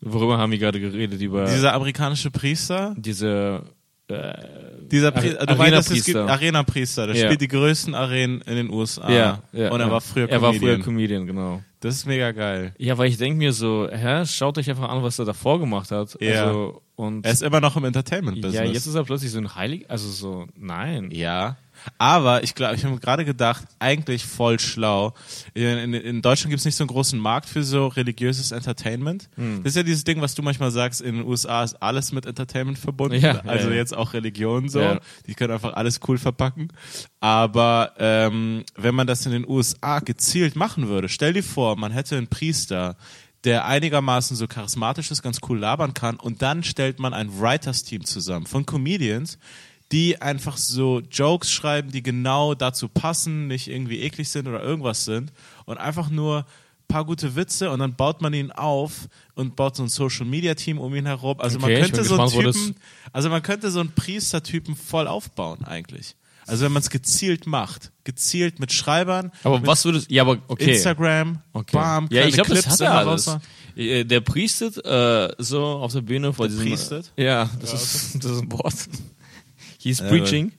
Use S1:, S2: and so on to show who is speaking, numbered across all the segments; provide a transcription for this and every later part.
S1: Worüber haben wir gerade geredet? Über
S2: Dieser amerikanische Priester,
S1: diese äh,
S2: dieser Pri
S1: Ar-
S2: du meinst, es gibt
S1: Arena-Priester.
S2: Arena-Priester, der
S1: Ja.
S2: spielt die größten Arenen in den USA.
S1: ja, ah, ja,
S2: Und er
S1: ja.
S2: war früher
S1: Er war früher
S2: Comedian.
S1: Comedian, genau.
S2: das ist mega geil.
S1: Ja, weil ich denke mir so, hä, schaut euch einfach an, was er davor gemacht hat.
S2: Ja.
S1: Also, und
S2: Er ist immer noch im Entertainment-Business.
S1: ja, jetzt ist er plötzlich so ein Heilig, also so, nein.
S2: Ja. Aber ich glaube, ich habe gerade gedacht, eigentlich voll schlau. In, in, in Deutschland gibt es nicht so einen großen Markt für so religiöses Entertainment.
S1: Hm.
S2: Das ist ja dieses Ding, was du manchmal sagst, in den USA ist alles mit Entertainment verbunden.
S1: Ja,
S2: also
S1: ja, ja.
S2: jetzt auch Religion so.
S1: Ja.
S2: Die können einfach alles cool verpacken. Aber ähm, wenn man das in den USA gezielt machen würde, stell dir vor, man hätte einen Priester, der einigermaßen so charismatisch ist, ganz cool labern kann und dann stellt man ein Writers-Team zusammen von Comedians, die einfach so Jokes schreiben, die genau dazu passen, nicht irgendwie eklig sind oder irgendwas sind und einfach nur paar gute Witze und dann baut man ihn auf und baut so ein Social Media Team um ihn herum. Also
S1: Okay, ich
S2: man könnte
S1: bin
S2: so einen
S1: gespannt, wo das-
S2: Typen, also man könnte so einen Priestertypen voll aufbauen eigentlich. Also wenn man es gezielt macht, gezielt mit Schreibern,
S3: Aber was würdest Ja, aber okay.
S2: Instagram,
S1: Okay.
S2: bam,
S3: ja,
S2: kleine
S3: ich glaube,
S2: Clips
S3: das hat er
S2: immer
S3: alles.
S2: raus.
S3: Äh, Der priestet äh, so auf der Bühne vor
S2: Der
S1: äh,
S3: diesem.
S2: priestet?
S3: Ja, das, ist, das ist ein Wort. He's preaching.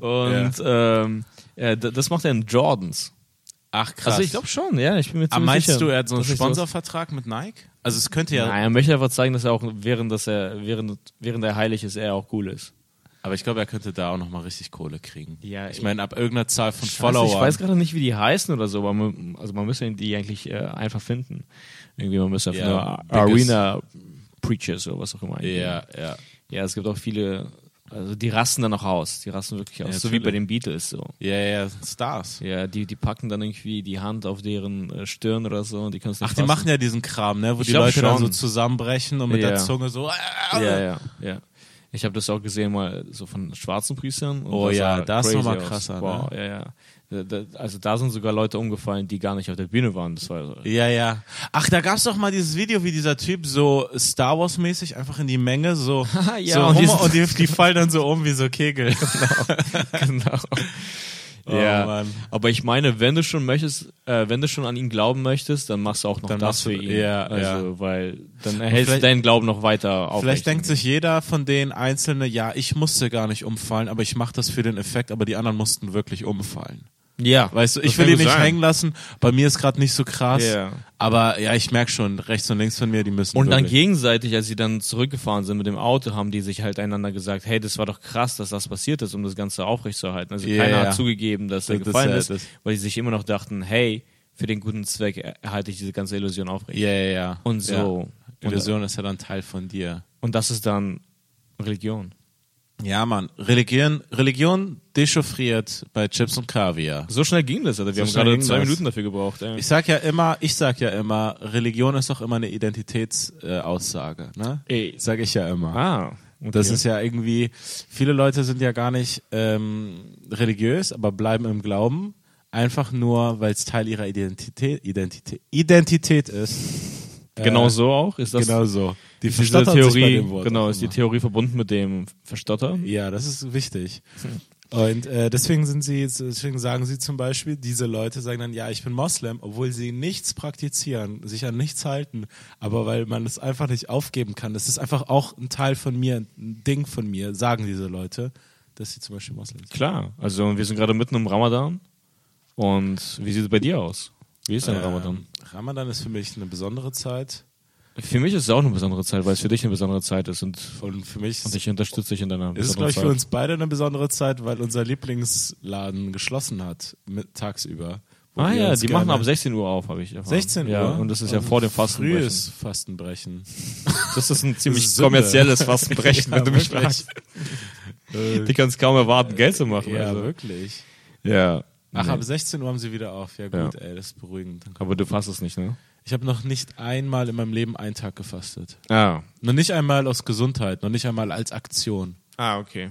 S3: Und ähm, ja, d- das macht er in Jordans.
S2: Ach krass.
S3: Also ich glaube schon, ja. Ich bin mir
S2: Aber
S3: ziemlich
S2: meinst
S3: sicher,
S2: du, er hat so einen
S3: dass ich sowas-
S2: Sponsorvertrag mit Nike? Also es könnte ja,
S3: Nein, er möchte einfach zeigen, dass er auch während, dass er, während, während er heilig ist, er auch cool ist.
S2: aber ich glaube, er könnte da auch noch mal richtig Kohle kriegen.
S3: Ja,
S2: ich
S3: ich-
S2: meine ab irgendeiner Zahl von
S3: Scheiße,
S2: Followern.
S3: Ich weiß gerade nicht, wie die heißen oder so, aber man, also man müsste die eigentlich äh, einfach finden. Irgendwie, man müsste einfach
S2: Ja,
S3: nur
S2: biggest-
S3: Arena Preachers oder was auch immer. eingeben.
S2: ja, ja.
S3: ja, es gibt auch viele, also die rasten dann auch aus. Die rasten wirklich aus.
S2: Ja,
S3: so wie
S2: natürlich.
S3: bei den Beatles so.
S2: Ja, ja, Stars.
S3: Ja, die, die packen dann irgendwie die Hand auf deren äh, Stirn oder so und die können es nicht
S2: Ach, die
S3: fassen.
S2: machen ja diesen Kram, ne, wo die
S3: glaub
S2: Leute dann
S3: schon.
S2: so zusammenbrechen und mit
S3: Ja.
S2: der Zunge so. äh,
S3: Ja, ja, ja. Ich habe das auch gesehen mal so von schwarzen Priestern. Und
S2: Oh
S3: das
S2: ja,
S3: sah
S2: das ist
S3: crazy
S2: nochmal
S3: aus.
S2: krasser, ne?
S3: Wow, ja, ja. Da- da- Also da sind sogar Leute umgefallen, die gar nicht auf der Bühne waren. Das war so-
S2: Ja, ja. Ach, da gab's doch mal dieses Video, wie dieser Typ so Star Wars mäßig einfach in die Menge so,
S3: Ja,
S2: so
S3: und
S2: und,
S3: die-
S2: und die, die fallen dann so um wie so Kegel.
S3: genau.
S2: Oh,
S3: ja,
S2: Mann.
S3: aber ich meine, wenn du schon möchtest, äh, wenn du schon an ihn glauben möchtest, dann machst du auch noch
S2: Dann
S3: das
S2: machst
S3: für
S2: du-
S3: ihn.
S2: ja,
S3: also, weil dann erhältst du
S2: vielleicht-
S3: deinen Glauben noch weiter auf.
S2: Vielleicht denkt sich jeder von denen einzelne, ja, ich musste gar nicht umfallen, aber ich mache das für den Effekt, aber die anderen mussten wirklich umfallen.
S3: ja,
S2: Weißt du, ich
S3: das
S2: will
S3: kann
S2: ihn
S3: gut
S2: nicht
S3: sein.
S2: hängen lassen. Bei mir ist gerade nicht so krass.
S3: Ja.
S2: Aber ja, ich merk schon, rechts und links von mir, die müssen.
S3: Und dann
S2: wirklich.
S3: gegenseitig, als sie dann zurückgefahren sind mit dem Auto, haben die sich halt einander gesagt, hey, das war doch krass, dass das passiert ist, um das Ganze aufrechtzuerhalten. Also
S2: Ja,
S3: keiner
S2: ja.
S3: hat zugegeben, dass er
S2: Das- das-
S3: gefallen
S2: ja,
S3: ist,
S2: das-
S3: weil die sich immer noch dachten, hey, für den guten Zweck erhalte ich diese ganze Illusion aufrecht.
S2: Ja, ja, ja.
S3: Und so.
S2: Ja. Illusion ist ja dann Teil von dir.
S3: Und das ist dann Religion.
S2: Ja, Mann. Religion, Religion dechiffriert bei Chips und Kaviar.
S3: So schnell ging das, Alter. Wir
S2: So
S3: haben
S2: schnell
S3: gerade
S2: ging
S3: zwei
S2: das.
S3: Minuten dafür gebraucht. Ey.
S2: Ich sag ja immer, ich sag ja immer, Religion ist doch immer eine Identitätsaussage. Äh, Aussage, ne?
S3: Ey.
S2: Sag ich ja immer.
S3: ah, okay.
S2: Das ist ja irgendwie, viele Leute sind ja gar nicht ähm, religiös, aber bleiben im Glauben, einfach nur, weil es Teil ihrer Identität, Identität, Identität ist.
S3: genau
S2: Äh,
S3: so auch. Ist das
S2: genau so. Die
S3: diese
S2: verstottern sich bei
S3: Theorie?
S2: dem Wort
S3: Genau,
S2: auch
S3: ist die
S2: immer.
S3: Theorie verbunden mit dem Verstotter?
S2: Ja, das ist wichtig. Und äh, deswegen sind sie, deswegen sagen sie zum Beispiel, diese Leute sagen dann, ja, ich bin Moslem, obwohl sie nichts praktizieren, sich an nichts halten, aber weil man es einfach nicht aufgeben kann. Das ist einfach auch ein Teil von mir, ein Ding von mir, sagen diese Leute, dass sie zum Beispiel Moslem sind.
S3: Klar. Also wir sind gerade mitten im Ramadan. Und wie sieht es bei dir aus? Wie ist dein
S2: Ähm,
S3: Ramadan?
S2: Ramadan ist für mich eine besondere Zeit
S3: Für mich ist es auch eine besondere Zeit, weil es für dich eine besondere Zeit ist. Und,
S2: und für mich
S3: und
S2: ist
S3: ich unterstütze dich in deiner
S2: es,
S3: besonderen
S2: glaube ich,
S3: Zeit.
S2: für uns beide eine besondere Zeit, weil unser Lieblingsladen geschlossen hat mit, tagsüber. wo
S3: Ah
S2: wir
S3: ja,
S2: uns
S3: die machen
S2: gerne-
S3: ab 16 Uhr auf, habe ich erfahren.
S2: 16 Uhr. Also
S3: Ja, und das ist ja vor dem Fastenbrechen.
S2: Frühes Fastenbrechen.
S3: Das ist ein ziemlich
S2: ist Sünde.
S3: kommerzielles Fastenbrechen, wenn du mich fragst. Die kannst kaum erwarten, Geld zu machen.
S2: ja,
S3: also.
S2: wirklich.
S3: ja.
S2: Ach,
S3: Nee.
S2: ab 16 Uhr haben sie wieder auf. Ja gut, ey, das ist beruhigend.
S3: Aber du fasst es nicht, ne?
S2: Ich habe noch nicht einmal in meinem Leben einen Tag gefastet.
S3: Ah.
S2: Noch nicht einmal aus Gesundheit, noch nicht einmal als Aktion.
S3: Ah, okay.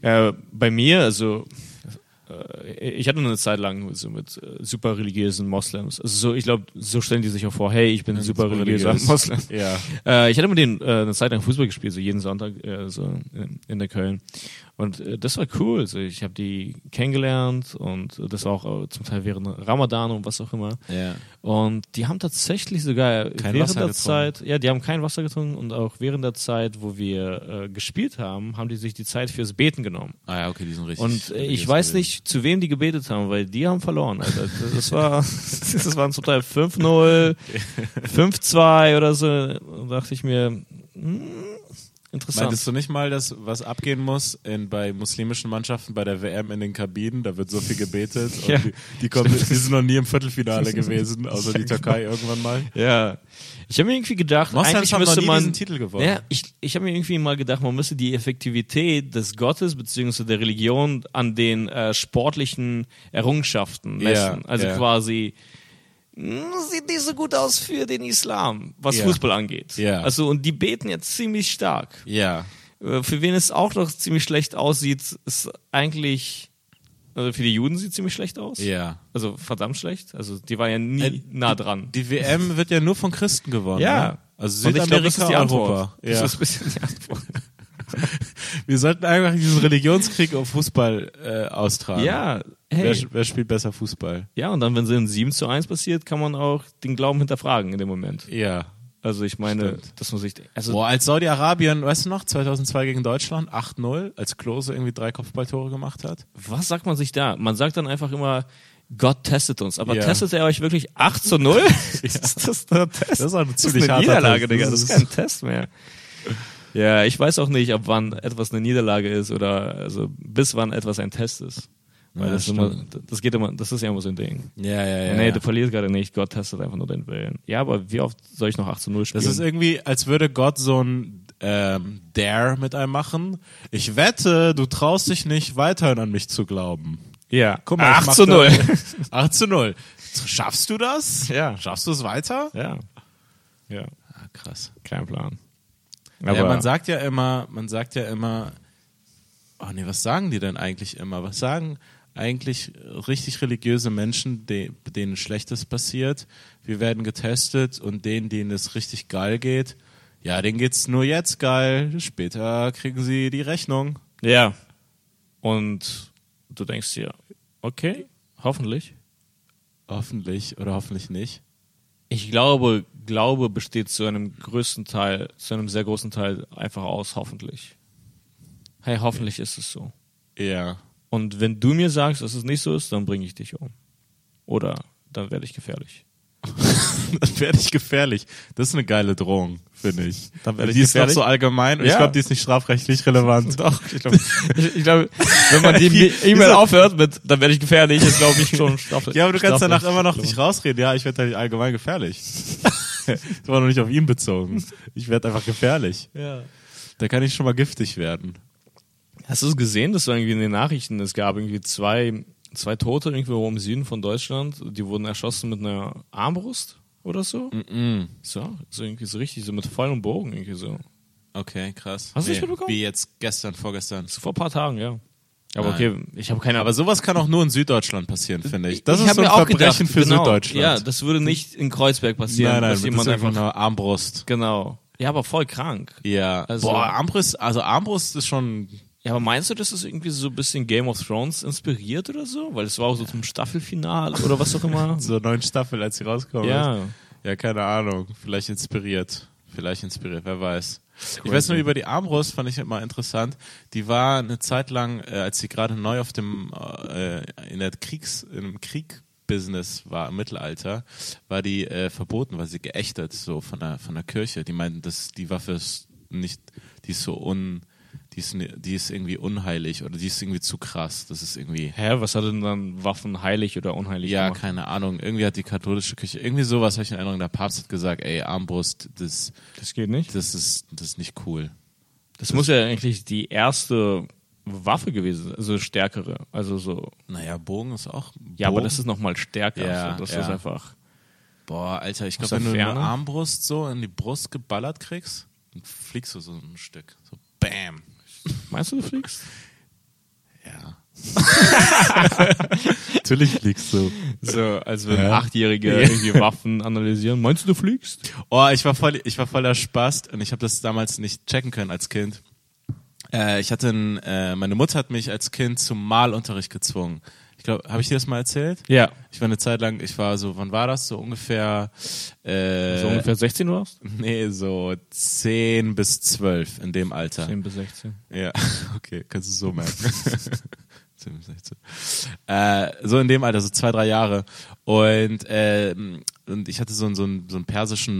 S3: Äh, bei mir, also, äh, ich hatte eine Zeit lang so mit äh, super religiösen Moslems. Also so, ich glaube, so stellen die sich auch vor, hey, ich bin super religiöser
S2: religiös.
S3: Moslem.
S2: Ja.
S3: Äh, ich hatte mit denen äh, eine Zeit lang Fußball gespielt, so jeden Sonntag äh, so in, in der Köln. Und äh, das war cool. Also ich habe die kennengelernt und äh, das war auch äh, zum Teil während Ramadan und was auch immer.
S2: Ja.
S3: Und die haben tatsächlich sogar
S2: Kein
S3: während
S2: Wasser
S3: der
S2: getrunken.
S3: Zeit, ja, die haben kein Wasser getrunken und auch während der Zeit, wo wir äh, gespielt haben, haben die sich die Zeit fürs Beten genommen.
S2: Ah ja, okay, die sind richtig.
S3: Und äh, ich
S2: religiös
S3: weiß
S2: gewesen.
S3: nicht, zu wem die gebetet haben, weil die haben verloren. Alter. Das, das, war, das waren zum Teil 5-0, 5-2 oder so. Und dachte ich mir, hm, interessant.
S2: Meintest du nicht mal, dass was abgehen muss in, bei muslimischen Mannschaften bei der WM in den Kabinen? Da wird so viel gebetet und
S3: Ja.
S2: die, die, kommen, die sind noch nie im Viertelfinale gewesen, außer die Türkei irgendwann mal.
S3: Ja. Ich habe mir irgendwie gedacht,
S2: Moslems
S3: eigentlich
S2: haben noch
S3: müsste
S2: nie
S3: man
S2: diesen Titel gewonnen.
S3: Ja, ich ich habe mir irgendwie mal gedacht, man müsste die Effektivität des Gottes bzw. der Religion an den äh, sportlichen Errungenschaften
S2: Ja,
S3: messen. also
S2: ja.
S3: quasi mh, sieht nicht so gut aus für den Islam, was
S2: Ja.
S3: Fußball angeht.
S2: Ja.
S3: Also und die beten jetzt ziemlich stark.
S2: Ja.
S3: Äh, Für wen es auch noch ziemlich schlecht aussieht, ist eigentlich also für die Juden sieht ziemlich schlecht aus.
S2: Ja.
S3: Also verdammt schlecht. Also die waren ja nie
S2: Äh,
S3: nah dran.
S2: Die WM wird ja nur von Christen gewonnen.
S3: Ja.
S2: Ne? Also
S3: Und
S2: Südamerika,
S3: ich glaube, das ist die Antwort.
S2: Europa.
S3: Das
S2: Ja.
S3: ist ein bisschen die Antwort.
S2: Wir sollten einfach diesen Religionskrieg auf Fußball äh, austragen.
S3: Ja,
S2: Wer,
S3: hey.
S2: sch- wer spielt besser Fußball?
S3: Ja, und dann, wenn es in 7 zu 1 passiert, kann man auch den Glauben hinterfragen in dem Moment.
S2: Ja.
S3: Also ich meine, dass man sich... Also,
S2: Boah, als Saudi-Arabien, weißt du noch, 2002 gegen Deutschland, 8-0, als Klose irgendwie drei Kopfballtore gemacht hat.
S3: was sagt man sich da? Man sagt dann einfach immer, Gott testet uns. Aber
S2: Ja.
S3: testet er euch wirklich 8 zu 0? Ist das der Test?
S2: Das ist auch ein
S3: Das ist
S2: ziemlich
S3: eine
S2: harter
S3: Niederlage,
S2: Test.
S3: Digga.
S2: Das
S3: Das ist
S2: ist-
S3: kein Test mehr. Ja, ich weiß auch nicht, ab wann etwas eine Niederlage ist oder also bis wann etwas ein Test ist. Weil
S2: Ja,
S3: das, ist immer, das geht immer, das ist ja immer so ein Ding.
S2: Ja, ja, ja.
S3: nee,
S2: ja.
S3: du verlierst gerade nicht, Gott testet einfach nur deinen Willen. Ja, aber wie oft soll ich noch 8 zu 0 spielen?
S2: Das ist irgendwie, als würde Gott so ein ähm, Dare mit einem machen. Ich wette, du traust dich nicht, weiterhin an mich zu glauben.
S3: ja.
S2: Guck mal, ich
S3: 8
S2: mach
S3: zu 0.
S2: da- 8 zu 0. Schaffst du das?
S3: Ja.
S2: Schaffst du es weiter?
S3: Ja. Ja,
S2: Ah, krass.
S3: kein Plan.
S2: Aber
S3: Aber
S2: ja, man sagt ja immer, man sagt ja immer, oh nee, was sagen die denn eigentlich immer? Was sagen eigentlich richtig religiöse Menschen, de denen Schlechtes passiert? Wir werden getestet und denen, denen es richtig geil geht, ja, denen geht's nur jetzt geil. Später kriegen sie die Rechnung.
S3: ja. Und du denkst dir, okay, hoffentlich.
S2: Hoffentlich oder hoffentlich nicht.
S3: Ich glaube, Glaube besteht zu einem größten Teil, zu einem sehr großen Teil einfach aus hoffentlich. Hey, hoffentlich ist es so.
S2: Ja.
S3: Und wenn du mir sagst, dass es nicht so ist, dann bringe ich dich um. Oder dann werde ich gefährlich.
S2: Dann werde ich gefährlich. Das ist eine geile Drohung, finde ich.
S3: Dann werd ich
S2: die ist
S3: gefährlich?
S2: doch so allgemein und ich
S3: Ja.
S2: glaube, die ist nicht strafrechtlich relevant. Doch, ich glaube.
S3: Ich, ich glaube, wenn man die Me- E-Mail aufhört mit, dann werde ich gefährlich, ist glaube ich schon strafrechtlich.
S2: Ja, aber du kannst danach immer noch
S3: strafrechtlich.
S2: nicht rausreden. Ja, ich werde halt allgemein gefährlich. das war noch nicht auf ihn bezogen. Ich werde einfach gefährlich.
S3: Ja.
S2: Da kann ich schon mal giftig werden.
S3: Hast du es gesehen, dass so irgendwie in den Nachrichten, es gab irgendwie zwei, zwei Tote irgendwo im Süden von Deutschland, die wurden erschossen mit einer Armbrust oder so? So, so irgendwie so richtig, so mit vollem Bogen irgendwie so.
S2: Okay, krass.
S3: Hast du nicht mitbekommen?
S2: Wie jetzt gestern, vorgestern.
S3: So vor ein paar Tagen, ja. Aber okay,
S2: Nein.
S3: ich habe keine
S2: Aber sowas kann auch nur in Süddeutschland passieren, finde ich. Das
S3: ich
S2: ist
S3: hab
S2: so ein
S3: mir auch
S2: Verbrechen
S3: gedacht,
S2: für
S3: genau,
S2: Süddeutschland.
S3: Ja, das würde nicht in Kreuzberg passieren,
S2: nein, nein,
S3: dass
S2: das
S3: jemand
S2: ist einfach
S3: einfach
S2: eine Armbrust.
S3: genau. Ja, aber voll krank.
S2: Ja.
S3: Also-
S2: Boah, Armbrust, also Armbrust ist schon
S3: Ja, aber meinst du, das ist irgendwie so ein bisschen Game of Thrones inspiriert oder so? Weil es war auch so zum Staffelfinale oder was auch immer.
S2: zur neuen Staffel, als sie rausgekommen ist.
S3: ja.
S2: Ja, keine Ahnung. Vielleicht inspiriert. Vielleicht inspiriert, wer weiß. Ich weiß nur über die Armbrust, fand ich immer interessant. Die war eine Zeit lang, äh, als sie gerade neu auf dem, äh, in der Kriegs-, im Krieg-Business war, im Mittelalter, war die äh, verboten, war sie geächtet, so von der, von der Kirche. Die meinten, dass die Waffe ist nicht, die ist so un, die ist, ne- die ist irgendwie unheilig oder die ist irgendwie zu krass. Das ist irgendwie,
S3: Hä, was hat denn dann Waffen heilig oder unheilig
S2: ja,
S3: gemacht?
S2: keine Ahnung. Irgendwie hat die katholische Kirche, irgendwie sowas habe ich in Erinnerung. Der Papst hat gesagt, ey, Armbrust, das,
S3: Das geht nicht.
S2: das ist, das ist nicht cool.
S3: Das muss ja eigentlich die erste Waffe gewesen sein, also stärkere. Also so.
S2: Naja, Bogen ist auch.
S3: Ja, aber
S2: Bogen-
S3: das ist nochmal stärker.
S2: Ja,
S3: also das
S2: ja.
S3: ist einfach.
S2: Boah, Alter, ich glaube,
S3: der
S2: wenn du eine
S3: Ferne?
S2: Armbrust so in die Brust geballert kriegst, dann fliegst du so ein Stück. So, bam.
S3: Meinst du, du fliegst?
S2: Ja. Natürlich fliegst du.
S3: So, als wenn
S2: Ja.
S3: Achtjährige
S2: Ja.
S3: irgendwie Waffen analysieren. Meinst du, du fliegst?
S2: Oh, ich war voll, ich war voller Spaß und ich habe das damals nicht checken können als Kind. Äh, ich hatte ein, äh, meine Mutter hat mich als Kind zum Malunterricht gezwungen. Ich glaube, habe ich dir das mal erzählt?
S3: Ja.
S2: Ich war eine Zeit lang, ich war so, wann war das? So ungefähr, äh,
S3: So ungefähr 16 Uhr warst?
S2: nee, so 10 bis 12 in dem Alter.
S3: 10 bis 16.
S2: Ja, okay, kannst du so merken. 10 bis 16. Äh, so in dem Alter, so zwei, drei Jahre. Und, ähm, und ich hatte so einen, so einen, so einen persischen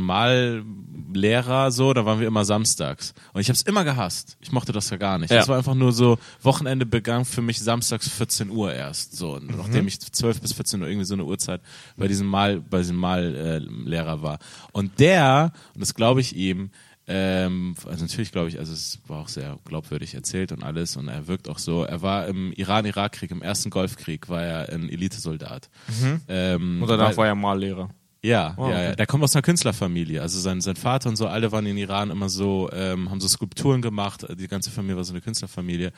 S2: Mallehrer, so, da waren wir immer samstags. Und ich habe es immer gehasst. Ich mochte das ja gar nicht.
S3: Ja.
S2: Das war einfach nur so, Wochenende begann für mich samstags 14 Uhr erst. So, Und nachdem ich 12 bis 14 Uhr irgendwie so eine Uhrzeit bei diesem Mal, bei diesem Mallehrer äh, war. Und der, und das glaube ich ihm, ähm, also natürlich glaube ich, also es war auch sehr glaubwürdig erzählt und alles und er wirkt auch so. Er war im Iran-Irak-Krieg, im ersten Golfkrieg, war er ein Elitesoldat. Ähm,
S3: Mhm. Und danach
S2: weil-
S3: war ja mal Lehrer.
S2: ja,
S3: Oh,
S2: ja,
S3: okay.
S2: ja. Der kommt aus einer Künstlerfamilie. Also sein, sein Vater und so, alle waren in Iran immer so, ähm, haben so Skulpturen gemacht. Die ganze Familie war so eine Künstlerfamilie.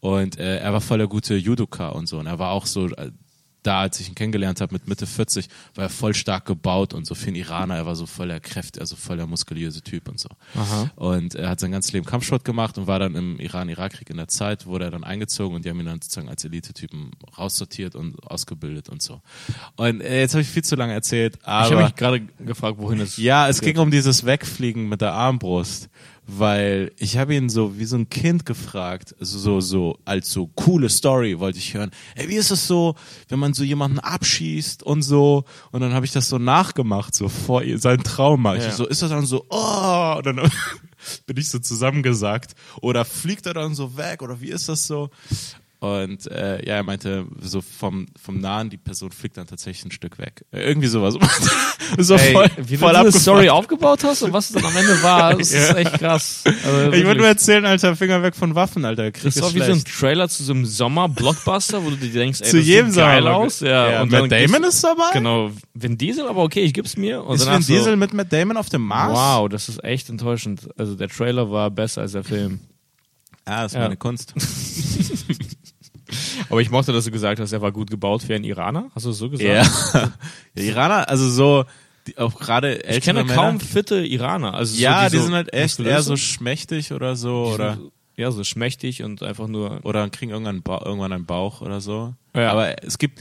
S2: Und äh, er war voll der gute Judoka und so. Und er war auch so, äh, da, als ich ihn kennengelernt habe, mit Mitte 40, war er voll stark gebaut und so für einen Iraner. Er war so voller Kräfte, also voller muskulöse Typ und so. Und er hat sein ganzes Leben Kampfsport gemacht und war dann im Iran-Irak-Krieg in der Zeit, wurde er dann eingezogen und die haben ihn dann sozusagen als Elite-Typen raussortiert und ausgebildet und so. Und äh, jetzt habe ich viel zu lange erzählt, aber.
S3: Ich habe mich gerade gefragt, wohin es
S2: Ja, es ging um dieses Wegfliegen mit der Armbrust, weil ich habe ihn so wie so ein Kind gefragt, also so so als so coole Story wollte ich hören. Ey, wie ist es so, wenn man so jemanden abschießt und so und dann habe ich das so nachgemacht, so vor ihr sein Trauma. Ich
S3: Ja.
S2: so ist das dann so, oh, und dann bin ich so zusammengesagt oder fliegt er dann so weg oder wie ist das so? Und äh, ja, er meinte, so vom, vom Nahen, die Person fliegt dann tatsächlich ein Stück weg. Äh, irgendwie sowas. so
S3: Ey,
S2: voll,
S3: wie
S2: voll
S3: du eine
S2: abgefahren.
S3: Story aufgebaut hast und was es dann am Ende war, das ist echt krass. Also
S2: Ich würde
S3: wirklich.
S2: nur erzählen, Alter, Finger weg von Waffen, Alter. Krieg
S3: das
S2: ist
S3: ist auch wie so ein
S2: schlecht.
S3: Trailer zu so einem Sommer-Blockbuster, wo du dir denkst, ey,
S2: Zu
S3: das
S2: jedem
S3: sieht geil
S2: Sommer-
S3: aus. Ja,
S2: Ja,
S3: und
S2: Matt
S3: dann
S2: Damon
S3: gibst-
S2: ist dabei?
S3: Genau, Vin Diesel, aber okay, ich gib's mir. Und
S2: Ist
S3: danach
S2: Vin
S3: so,
S2: Diesel mit Matt Damon auf dem Mars?
S3: Wow, das ist echt enttäuschend. Also der Trailer war besser als der Film.
S2: Ah, das ist
S3: Ja.
S2: meine Kunst.
S3: Aber ich mochte, dass du gesagt hast, er war gut gebaut für einen Iraner. Hast du das so gesagt?
S2: Ja. Die Iraner, also so, die, auch gerade ältere
S3: Ich kenne
S2: Männer.
S3: kaum fitte Iraner. Also
S2: Ja,
S3: so,
S2: die,
S3: so
S2: sind halt echt eher
S3: muskulös
S2: so schmächtig oder so
S3: sind.
S2: oder
S3: ja, so schmächtig und einfach nur
S2: oder kriegen irgendwann, Ba- irgendwann einen Bauch oder so.
S3: Ja.
S2: Aber es gibt,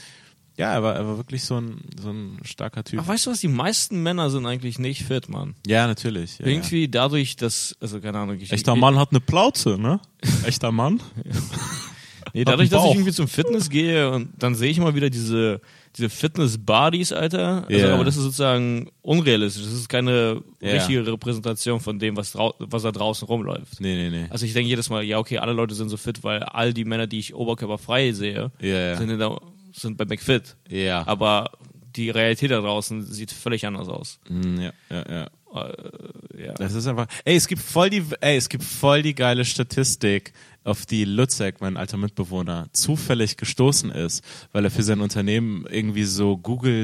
S2: ja, er war, er war wirklich so ein, so ein starker Typ.
S3: Ach, weißt du was, die meisten Männer sind eigentlich nicht fit, Mann.
S2: ja, natürlich. Ja, ja.
S3: Irgendwie dadurch, dass, also keine Ahnung, ich,
S2: Echter Mann hat eine Plauze, ne? Echter Mann.
S3: Nee, dadurch,
S2: einen
S3: dass ich
S2: Bauch.
S3: irgendwie zum Fitness gehe und dann sehe ich immer wieder diese, diese Fitness-Bodies, Alter. Also,
S2: Ja.
S3: Aber das ist sozusagen unrealistisch. Das ist keine
S2: Ja.
S3: richtige Repräsentation von dem, was, drau was da draußen rumläuft.
S2: Nee, nee, nee.
S3: Also ich denke jedes Mal, ja, okay, alle Leute sind so fit, weil all die Männer, die ich oberkörperfrei sehe,
S2: Ja, ja.
S3: Sind, in der, sind bei McFit.
S2: Ja.
S3: Aber die Realität da draußen sieht völlig anders aus. Äh,
S2: Mm, ja, ja, ja.
S3: Ja.
S2: Das ist einfach. Ey, es gibt voll die, ey, es gibt voll die geile Statistik, auf die Lutzek, mein alter Mitbewohner, zufällig gestoßen ist, weil er für sein Unternehmen irgendwie so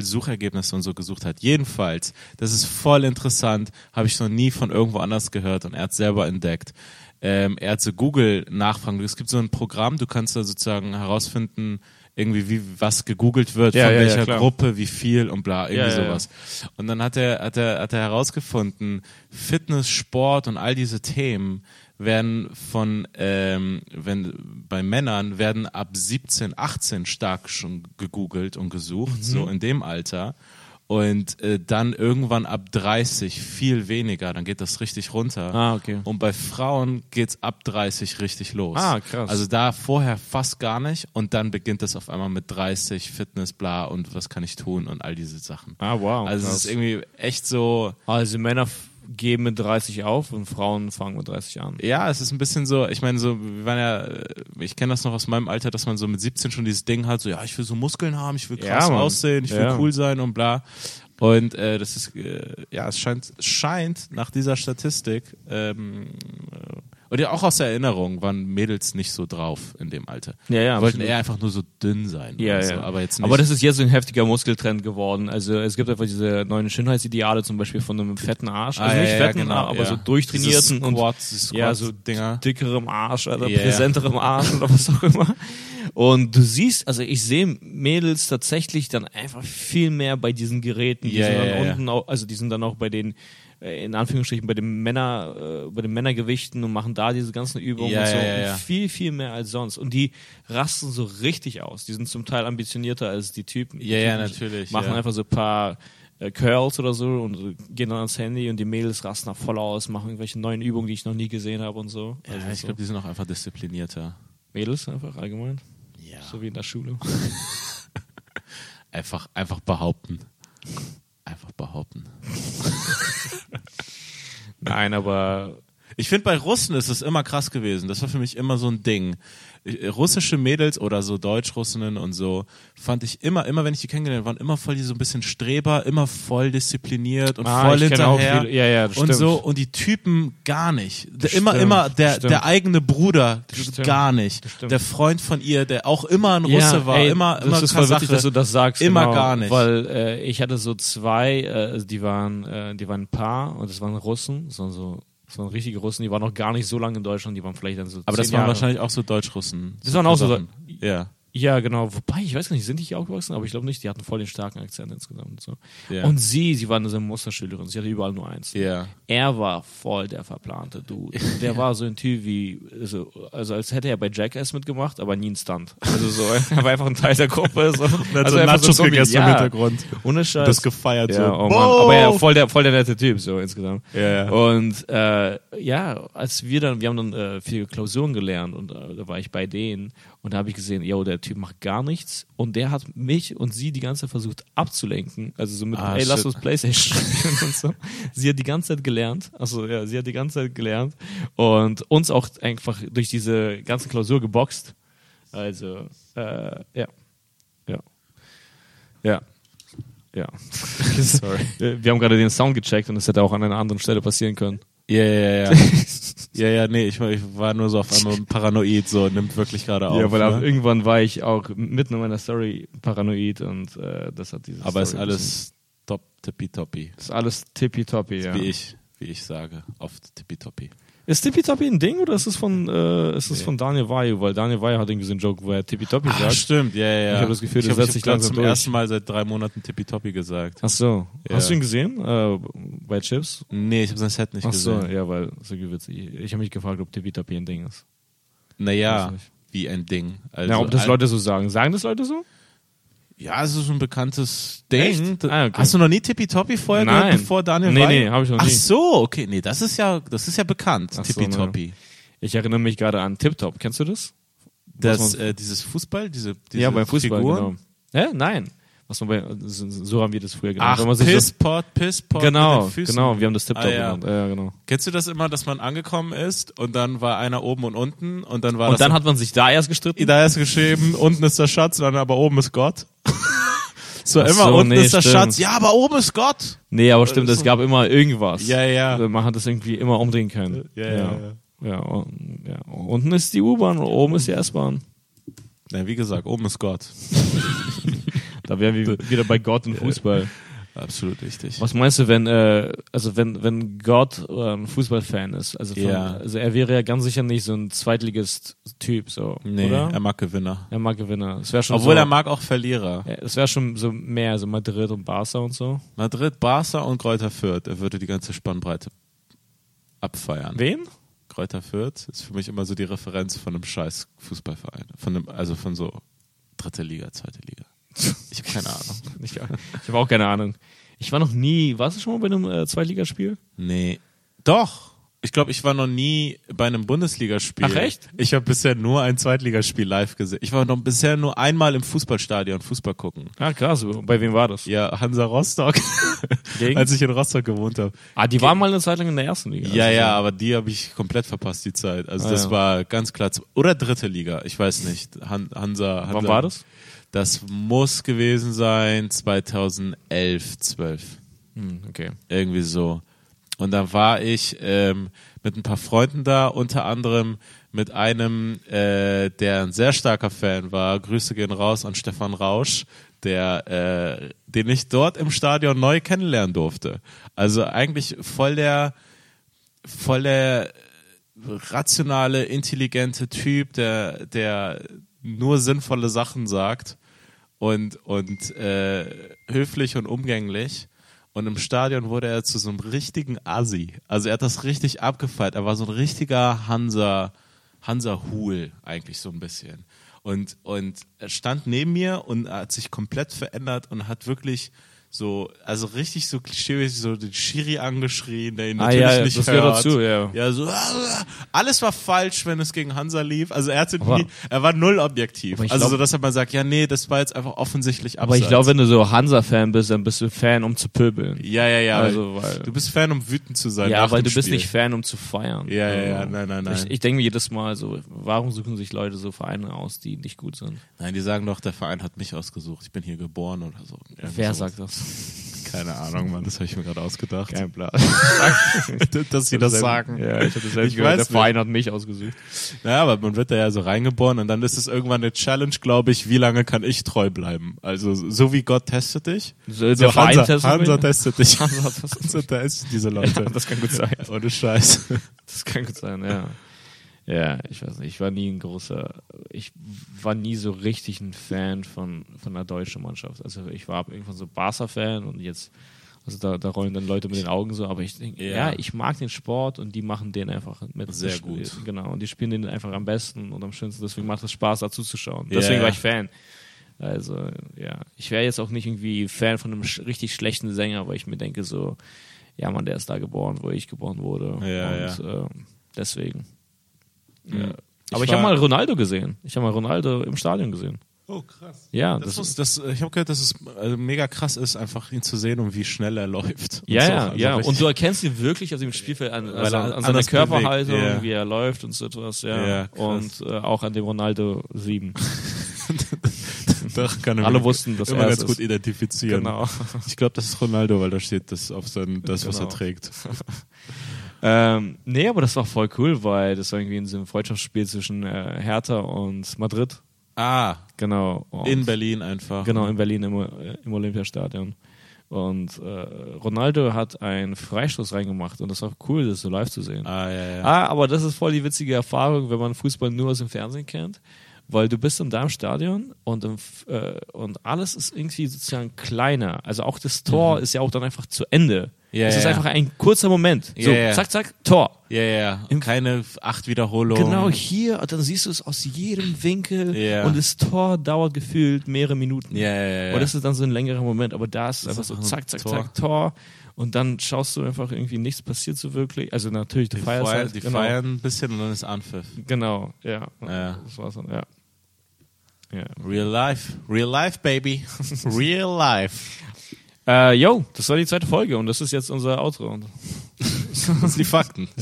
S2: Google-Suchergebnisse und so gesucht hat. Jedenfalls, das ist voll interessant, habe ich noch nie von irgendwo anders gehört und er hat selber entdeckt. Ähm, er hat so Google-Nachfragen. Es gibt so ein Programm, du kannst da sozusagen herausfinden, irgendwie wie was gegoogelt wird,
S3: Ja,
S2: von
S3: ja, ja,
S2: welcher
S3: klar.
S2: Gruppe, wie viel und bla, irgendwie
S3: Ja, ja, ja.
S2: sowas. Und dann hat er, hat, er, hat er herausgefunden, Fitness, Sport und all diese Themen werden von, ähm, wenn, bei Männern werden ab 17, 18 stark schon gegoogelt und gesucht,
S3: Mhm.
S2: so in dem Alter. Und äh, dann irgendwann ab 30 viel weniger, dann geht das richtig runter.
S3: Ah, okay.
S2: Und bei Frauen geht's ab 30 richtig los.
S3: Ah, krass.
S2: Also da vorher fast gar nicht und dann beginnt das auf einmal mit 30, Fitness, bla und was kann ich tun und all diese Sachen.
S3: Ah, wow.
S2: Also es
S3: krass.
S2: ist irgendwie echt so,
S3: also Männer f- geben mit 30 auf und Frauen fangen mit 30 an.
S2: ja, es ist ein bisschen so, ich meine, so, wir waren ja, äh, ich kenne das noch aus meinem Alter, dass man so mit 17 schon dieses Ding hat, so, ja, ich will so Muskeln haben, ich will
S3: Ja,
S2: krass
S3: Mann.
S2: aussehen, ich will
S3: Ja.
S2: cool sein und bla. Und äh, das ist, äh, ja, es scheint, scheint nach dieser Statistik, ähm, äh, und ja auch aus der Erinnerung, waren Mädels nicht so drauf in dem Alter.
S3: Ja, ja,
S2: Die wollten
S3: absolut.
S2: eher einfach nur so dünn sein.
S3: Ja,
S2: oder
S3: ja.
S2: so, Also, Aber jetzt nicht.
S3: aber das ist jetzt so ein heftiger Muskeltrend geworden. Also es gibt einfach diese neuen Schönheitsideale, zum Beispiel von einem fetten Arsch. Also
S2: Ah,
S3: nicht
S2: ja, ja,
S3: fetten,
S2: genau,
S3: aber
S2: ja.
S3: so durchtrainierten
S2: Diese
S3: und
S2: Squats, diese Squats
S3: ja, so
S2: Dinger.
S3: dickerem Arsch, also
S2: Ja.
S3: präsenterem Arsch oder was auch immer. Und du siehst, also ich sehe Mädels tatsächlich dann einfach viel mehr bei diesen Geräten. Die
S2: Ja,
S3: sind
S2: ja,
S3: dann
S2: ja.
S3: unten auch, also die sind dann auch bei den äh, in Anführungsstrichen bei den Männer, äh, bei den Männergewichten und machen da diese ganzen Übungen
S2: Ja,
S3: und so.
S2: ja, ja, ja.
S3: Und viel, viel mehr als sonst. Und die rasten so richtig aus. Die sind zum Teil ambitionierter als die Typen. Die
S2: Ja, ja,
S3: Typen
S2: natürlich,
S3: Machen
S2: ja.
S3: einfach so ein paar äh, Curls oder so und äh, gehen dann ans Handy und die Mädels rasten da voll aus, machen irgendwelche neuen Übungen, die ich noch nie gesehen habe und so. Also
S2: Ja, ich
S3: so.
S2: glaube, die sind auch einfach disziplinierter.
S3: Mädels einfach allgemein.
S2: Ja.
S3: So wie in der Schule.
S2: Einfach, einfach behaupten. Einfach behaupten.
S3: Nein, aber
S2: Ich finde, bei Russen ist es immer krass gewesen. Das war für mich immer so ein Ding. Äh, Russische Mädels oder so Deutschrussinnen und so fand ich immer, immer, wenn ich die kennengelernt habe, waren immer voll die so ein bisschen Streber, immer voll diszipliniert und
S3: Ah,
S2: voll
S3: ich kenn auch
S2: hinterher.
S3: viele- ja, ja, das
S2: und
S3: stimmt.
S2: so. Und die Typen gar nicht. Der, immer,
S3: Stimmt,
S2: immer der,
S3: stimmt.
S2: der eigene Bruder
S3: Stimmt,
S2: gar nicht.
S3: das stimmt.
S2: Der Freund von ihr, der auch immer ein Russe war,
S3: ey,
S2: immer,
S3: das
S2: immer
S3: ist voll wichtig,
S2: Kasache.
S3: dass du das sagst.
S2: Immer
S3: genau,
S2: gar nicht.
S3: Weil äh, ich hatte so zwei, äh, also die waren, äh, die waren ein Paar und das waren Russen, das waren so, das waren richtige Russen, die waren noch gar nicht so lange in Deutschland, die waren vielleicht dann so.
S2: Aber das
S3: zehn
S2: waren
S3: Jahre.
S2: wahrscheinlich auch so Deutschrussen.
S3: Das waren auch so-
S2: Kasachen. Ja.
S3: Ja, genau. Wobei, ich weiß gar nicht, sind die hier aufgewachsen? Aber ich glaube nicht. Die hatten voll den starken Akzent insgesamt. Und, so.
S2: Ja.
S3: und sie, sie war eine so Musterschülerin. Sie hatte überall nur eins.
S2: Ja.
S3: Er war voll der verplante Dude. Der war so ein Typ wie, also, also als hätte er bei Jackass mitgemacht, aber nie ein Stunt. Also so, er war einfach ein Teil der Gruppe. So. Also einfach
S2: Nachos
S3: Zombie.
S2: gegessen im
S3: ja.
S2: Hintergrund.
S3: Ohne Scheiß.
S2: Das gefeiert so.
S3: Ja, oh Mann.
S2: Wow.
S3: Aber ja, voll der, voll der nette Typ, so insgesamt.
S2: Ja, ja.
S3: Und äh, ja, als wir dann, wir haben dann äh, viele Klausuren gelernt und äh, da war ich bei denen und da habe ich gesehen, yo, der Typ macht gar nichts und der hat mich und sie die ganze Zeit versucht abzulenken. Also so mit,
S2: Ah,
S3: ey, lass
S2: shit.
S3: uns Playstation spielen und so. Sie hat die ganze Zeit gelernt, also ja, sie hat die ganze Zeit gelernt und uns auch einfach durch diese ganze Klausur geboxt. Also, äh, ja. Ja. Ja. Ja.
S2: Sorry.
S3: Äh, Wir haben gerade den Sound gecheckt und es hätte auch an einer anderen Stelle passieren können.
S2: Ja, ja, ja. ja, ja, nee, ich, war- ich war nur so auf einmal paranoid, so, nimmt wirklich gerade auf.
S3: ja, weil auch
S2: ne?
S3: irgendwann war ich auch mitten in meiner Story paranoid und äh, das hat dieses.
S2: Aber ist alles top, tippitoppi.
S3: Ist alles tippitoppi, ja.
S2: Wie ich, wie ich sage, oft tippitoppi.
S3: Ist tippitoppi ein Ding oder ist es von, äh, ist es von Daniel Vayu? Weil Daniel Vayu hat irgendwie so einen Joke, wo er tippitoppi sagt.
S2: Ah, stimmt, ja, ja, ja.
S3: Ich hab das Gefühl,
S2: ich
S3: das
S2: hab-
S3: setzt sich
S2: ich hab grad
S3: langsam
S2: zum
S3: durch.
S2: ersten Mal seit drei Monaten tippitoppi gesagt.
S3: Ach so.
S2: Ja.
S3: Hast du ihn gesehen? Äh, bei Chips?
S2: Nee, ich habe sein Set nicht
S3: Ach so,
S2: gesehen.
S3: ja, weil so witzig. Ich habe mich gefragt, ob tippitoppi ein Ding ist.
S2: Naja,
S3: Weiß nicht.
S2: wie ein Ding. Also
S3: Ja, ob das
S2: ein-
S3: Leute so sagen. Sagen das Leute so?
S2: Ja, es ist ein bekanntes Ding.
S3: Echt? Ah, okay.
S2: Hast du noch nie Tippitoppi vorher
S3: Nein.
S2: gehört, bevor Daniel
S3: Nee,
S2: Wey-
S3: nee, hab ich noch nie.
S2: Ach so, okay, nee, das ist ja, das ist ja bekannt,
S3: Ach so, ne.
S2: Tippitoppi.
S3: Ich erinnere mich gerade an Tiptop. Kennst du das? Was
S2: Das,
S3: man-
S2: äh, dieses Fußball, diese, diese
S3: ja, beim Fußball,
S2: Figuren.
S3: genau. Hä? Nein. Was man bei, so, so haben wir das früher genannt.
S2: Ach,
S3: Genau, Wenn man sich so,
S2: Pisspot, Pisspot mit
S3: genau,
S2: den Füßen.
S3: genau, wir haben das Tip-Top
S2: Ah, ja.
S3: genannt. Ja, genau.
S2: Kennst du das immer, dass man angekommen ist und dann war einer oben und unten und dann war
S3: Und
S2: das...
S3: dann hat man sich da erst gestritten.
S2: da ist geschrieben, unten ist der Schatz, dann aber oben ist Gott. so,
S3: Ach
S2: immer
S3: so,
S2: unten
S3: nee,
S2: ist der
S3: stimmt.
S2: Schatz, ja, aber oben ist Gott.
S3: Nee, aber stimmt, es gab immer irgendwas.
S2: Ja, ja.
S3: Also Man hat das irgendwie immer umdrehen können.
S2: Ja, ja,
S3: ja. Ja, und, ja. Unten ist die U-Bahn, oben ist die S-Bahn.
S2: Na, wie gesagt, oben ist Gott.
S3: Da wären
S2: Äh,
S3: wir wieder bei Gott und Fußball.
S2: Absolut richtig.
S3: Was meinst du, wenn, äh, also wenn, wenn Gott äh, ein Fußballfan ist? Also, von,
S2: Ja.
S3: also er wäre ja ganz sicher nicht so ein Zweitligist-Typ, so.
S2: Nee, er
S3: oder?
S2: mag Gewinner.
S3: Er mag Gewinner. Es wäre schon
S2: Obwohl
S3: so,
S2: er mag auch Verlierer.
S3: Ja, Es wäre schon so mehr, so Madrid und Barca und so.
S2: Madrid, Barca und Kräuter Fürth. Er würde die ganze Spannbreite abfeiern.
S3: Wen?
S2: Kräuter Fürth ist für mich immer so die Referenz von einem scheiß Fußballverein. Von einem, also von so dritte Liga, zweite Liga. Ich habe keine Ahnung.
S3: Ich, ich habe auch keine Ahnung. Ich war noch nie, warst du schon mal bei einem äh, Zweitligaspiel?
S2: Nee. Doch. Ich glaube, ich war noch nie bei einem Bundesligaspiel.
S3: Ach, echt?
S2: Ich habe bisher nur ein Zweitligaspiel live gesehen. Ich war noch bisher nur einmal im Fußballstadion Fußball gucken.
S3: Ah, krass. Bei wem war das?
S2: Ja, Hansa Rostock,
S3: Gegen?
S2: als ich in Rostock gewohnt habe.
S3: ah, die waren mal eine Zeit lang in der ersten Liga.
S2: Ja,
S3: Also
S2: ja, aber die habe ich komplett verpasst, die Zeit. Also
S3: Ah,
S2: das
S3: ja.
S2: war ganz klar. z- Oder dritte Liga, ich weiß nicht. Han Hansa, Hansa.
S3: Also, Wann war das?
S2: Das muss gewesen sein 2011, 12.
S3: Hm, okay.
S2: Irgendwie so. Und dann war ich ähm, mit ein paar Freunden da, unter anderem mit einem, äh, der ein sehr starker Fan war. Grüße gehen raus an Stefan Rausch, der, äh, den ich dort im Stadion neu kennenlernen durfte. Also eigentlich voll der, voll der rationale, intelligente Typ, der, der nur sinnvolle Sachen sagt und, und äh, höflich und umgänglich. Und im Stadion wurde er zu so einem richtigen Assi. Also er hat das richtig abgefeiert. Er war so ein richtiger Hansa, Hansa-Hul eigentlich so ein bisschen. Und, und er stand neben mir und hat sich komplett verändert und hat wirklich so, also richtig so klischeemäßig so den Schiri angeschrien, der ihn
S3: Ah,
S2: natürlich
S3: ja, ja,
S2: nicht
S3: das
S2: hört.
S3: gehört dazu, ja.
S2: Ja, so, ah, alles war falsch, wenn es gegen Hansa lief. Also er hatte
S3: Aber-
S2: nie, er war null objektiv.
S3: Aber ich
S2: Also
S3: glaub-
S2: so, dass er mal sagt, ja, nee, das war jetzt einfach offensichtlich
S3: Aber
S2: abseits.
S3: ich glaube, wenn du so Hansa-Fan bist, dann bist du Fan, um zu pöbeln.
S2: ja, ja, ja.
S3: Also,
S2: weil,
S3: weil-
S2: du bist Fan, um wütend zu sein.
S3: Ja,
S2: nach
S3: weil
S2: dem
S3: du bist
S2: Spiel.
S3: nicht Fan, um zu feiern.
S2: Ja, ja, ja,
S3: Also,
S2: nein, nein, nein.
S3: Ich, ich denke mir jedes Mal so, warum suchen sich Leute so Vereine aus, die nicht gut sind?
S2: Nein, die sagen doch, der Verein hat mich ausgesucht. Ich bin hier geboren oder so. Irgendwie
S3: Wer
S2: sowas.
S3: sagt das?
S2: Keine Ahnung, Mann. Das habe ich mir gerade ausgedacht.
S3: Kein Plan.
S2: Dass sie das sagen.
S3: Ja, ich hatte selbst
S2: Ich
S3: gehört, der
S2: weiß nicht.
S3: Verein hat mich ausgesucht.
S2: Naja, aber man wird da ja so reingeboren und dann ist es irgendwann eine Challenge, glaube ich, wie lange kann ich treu bleiben? Also so wie Gott testet dich.
S3: So, der Also Verein
S2: Hansa,
S3: testet
S2: Hansa
S3: mich?
S2: testet dich.
S3: Hansa testet
S2: Hansa testet diese Leute.
S3: Das kann gut sein.
S2: Ohne Scheiß.
S3: Das kann gut sein, ja. Ja, ich weiß nicht. Ich war nie ein großer, ich war nie so richtig ein Fan von, von einer deutschen Mannschaft. Also ich war ab irgendwann so Barca-Fan und jetzt, also da, da rollen dann Leute mit den Augen so, aber ich denke,
S2: Ja.
S3: ja. ich mag den Sport und die machen den einfach mit.
S2: Sehr
S3: Die spielen-
S2: gut.
S3: Genau, und die spielen den einfach am besten und am schönsten, deswegen macht es Spaß, da zuzuschauen.
S2: Ja,
S3: Deswegen war
S2: ja.
S3: ich Fan. Also, ja. Ich wäre jetzt auch nicht irgendwie Fan von einem sch richtig schlechten Sänger, weil ich mir denke so, ja Mann, der ist da geboren, wo ich geboren wurde.
S2: Ja, Mhm.
S3: und ähm, deswegen. Ja.
S2: Ich
S3: Aber ich,
S2: war-
S3: habe mal Ronaldo gesehen. Ich habe mal Ronaldo im Stadion gesehen.
S2: Oh, krass.
S3: Ja,
S2: Das
S3: das,
S2: muss, das, ich habe gehört, dass es äh, mega krass ist, einfach ihn zu sehen und wie schnell er läuft. Und
S3: ja,
S2: so.
S3: ja,
S2: Also
S3: ja.
S2: richtig-
S3: Und du erkennst ihn wirklich, also im Spielfeld an, also
S2: er
S3: an seiner
S2: anders
S3: Körperhaltung,
S2: bewegt, ja.
S3: wie er läuft und so etwas, ja.
S2: Ja, krass.
S3: und äh, auch an dem Ronaldo 7.
S2: Doch, kann er
S3: Alle
S2: mir
S3: wussten, dass
S2: immer
S3: er es
S2: ganz gut
S3: ist.
S2: identifizieren.
S3: Genau.
S2: Ich glaube, das ist Ronaldo, weil da steht das auf sein, das, was er
S3: Genau.
S2: trägt.
S3: Ähm, nee, aber das war voll cool, weil das war irgendwie in so einem Freundschaftsspiel zwischen äh, Hertha und Madrid.
S2: Ah,
S3: Genau. Und
S2: in Berlin einfach.
S3: Genau, in Berlin im, äh, im Olympiastadion. Und äh, Ronaldo hat einen Freistoß reingemacht und das war cool, das so live zu sehen.
S2: Ah, ja, ja.
S3: Ah, aber das ist voll die witzige Erfahrung, wenn man Fußball nur aus dem Fernsehen kennt, weil du bist in deinem Stadion und, im, F- äh, und alles ist irgendwie sozusagen kleiner. Also auch das Tor ist ja auch dann einfach zu Ende.
S2: Mhm. Ja,
S3: es ist
S2: ja.
S3: einfach ein kurzer Moment. So,
S2: Ja, ja.
S3: zack, zack, Tor.
S2: Ja, ja, ja. Keine acht Wiederholungen.
S3: Genau hier, und dann siehst du es aus jedem Winkel
S2: Ja.
S3: und das Tor dauert gefühlt mehrere Minuten.
S2: Ja, ja, ja, ja.
S3: Und das ist dann so ein längerer Moment, aber da ist es einfach
S2: ist
S3: so
S2: einfach ein
S3: zack, zack,
S2: Tor.
S3: zack, Tor und dann schaust du einfach irgendwie, nichts passiert so wirklich. Also natürlich, die,
S2: Die,
S3: Feier ist
S2: feiern,
S3: halt,
S2: die
S3: genau,
S2: feiern ein bisschen und dann ist Anpfiff.
S3: Genau, ja.
S2: Ja.
S3: Das war's dann, ja. Ja.
S2: Real life. Real life, baby. Real life.
S3: Äh, yo, das war die zweite Folge und das ist jetzt unser Outro.
S2: Das sind die Fakten.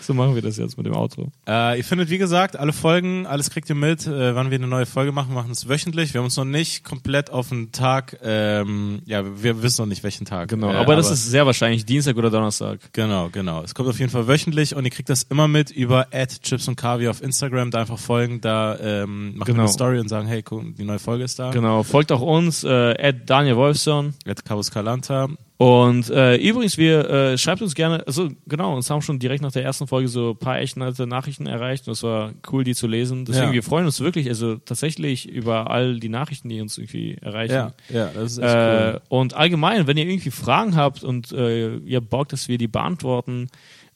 S3: So machen wir das jetzt mit dem Outro.
S2: Äh, ihr findet, wie gesagt, alle Folgen, alles kriegt ihr mit, äh, wann wir eine neue Folge machen, wir machen es wöchentlich. Wir haben uns noch nicht komplett auf den Tag, ähm, ja, wir wissen noch nicht welchen Tag.
S3: Genau,
S2: Äh,
S3: aber, das ist sehr wahrscheinlich Dienstag oder Donnerstag.
S2: Genau, genau. Es kommt auf jeden Fall wöchentlich und ihr kriegt das immer mit über Chips und Kavi auf Instagram. Da einfach folgen, da ähm, machen wir
S3: Genau.
S2: eine Story und sagen, hey, guck, die neue Folge ist da.
S3: Genau, folgt auch uns, äh, at Daniel Wolfson.
S2: At Cabos Calanta.
S3: Und äh, übrigens, wir äh, schreibt uns gerne, also genau, uns haben schon direkt nach der ersten Folge so ein paar echt nette Nachrichten erreicht und es war cool, die zu lesen. Deswegen,
S2: Ja.
S3: wir freuen uns wirklich, also tatsächlich über all die Nachrichten, die uns irgendwie erreichen.
S2: Ja, ja, das ist echt cool.
S3: Äh, und allgemein, wenn ihr irgendwie Fragen habt und äh, ihr Bock, dass wir die beantworten,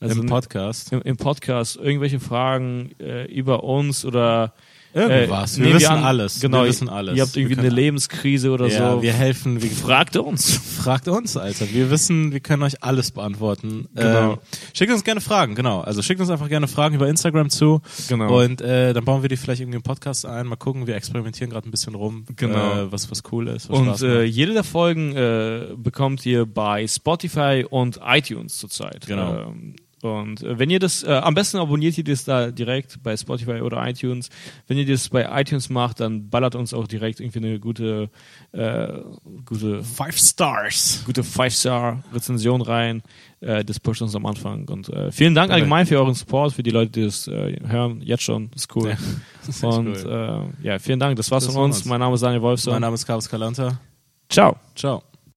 S3: also
S2: Im Podcast.
S3: im, im Podcast, irgendwelche Fragen äh, über uns oder
S2: Irgendwas.
S3: äh,
S2: wir
S3: nehmen
S2: wissen
S3: an,
S2: alles.
S3: Genau,
S2: wir wissen alles.
S3: Ihr habt irgendwie
S2: wir
S3: eine
S2: können-
S3: Lebenskrise oder
S2: ja,
S3: so.
S2: Wir helfen. Wir
S3: Fragt uns.
S2: fragt uns, Alter. Wir wissen, wir können euch alles beantworten.
S3: Genau.
S2: Ähm, schickt uns gerne Fragen, genau. Also schickt uns einfach gerne Fragen über Instagram zu.
S3: Genau.
S2: Und äh, dann bauen wir die vielleicht irgendwie im Podcast ein. Mal gucken, wir experimentieren gerade ein bisschen rum.
S3: Genau.
S2: Äh, was, was cool ist. Was Spaß
S3: Und
S2: macht.
S3: äh, jede der Folgen äh, bekommt ihr bei Spotify und iTunes zurzeit.
S2: Genau.
S3: Ähm, und äh, wenn ihr das, äh, am besten abonniert ihr das da direkt bei Spotify oder iTunes. Wenn ihr das bei iTunes macht, dann ballert uns auch direkt irgendwie eine gute, äh, gute,
S2: Five Stars.
S3: gute Five-Star-Rezension rein. Äh, das pusht uns am Anfang. Und äh, vielen Dank allgemein für euren Support, für die Leute, die das äh, hören. Jetzt schon, ist cool.
S2: Ja, ist echt
S3: und
S2: cool.
S3: äh, ja, vielen Dank. Das war's
S2: Das
S3: von uns.
S2: war's.
S3: Mein Name ist Daniel
S2: äh, Mein
S3: Wolfson.
S2: Name ist Carlos Calanta.
S3: Ciao.
S2: Ciao.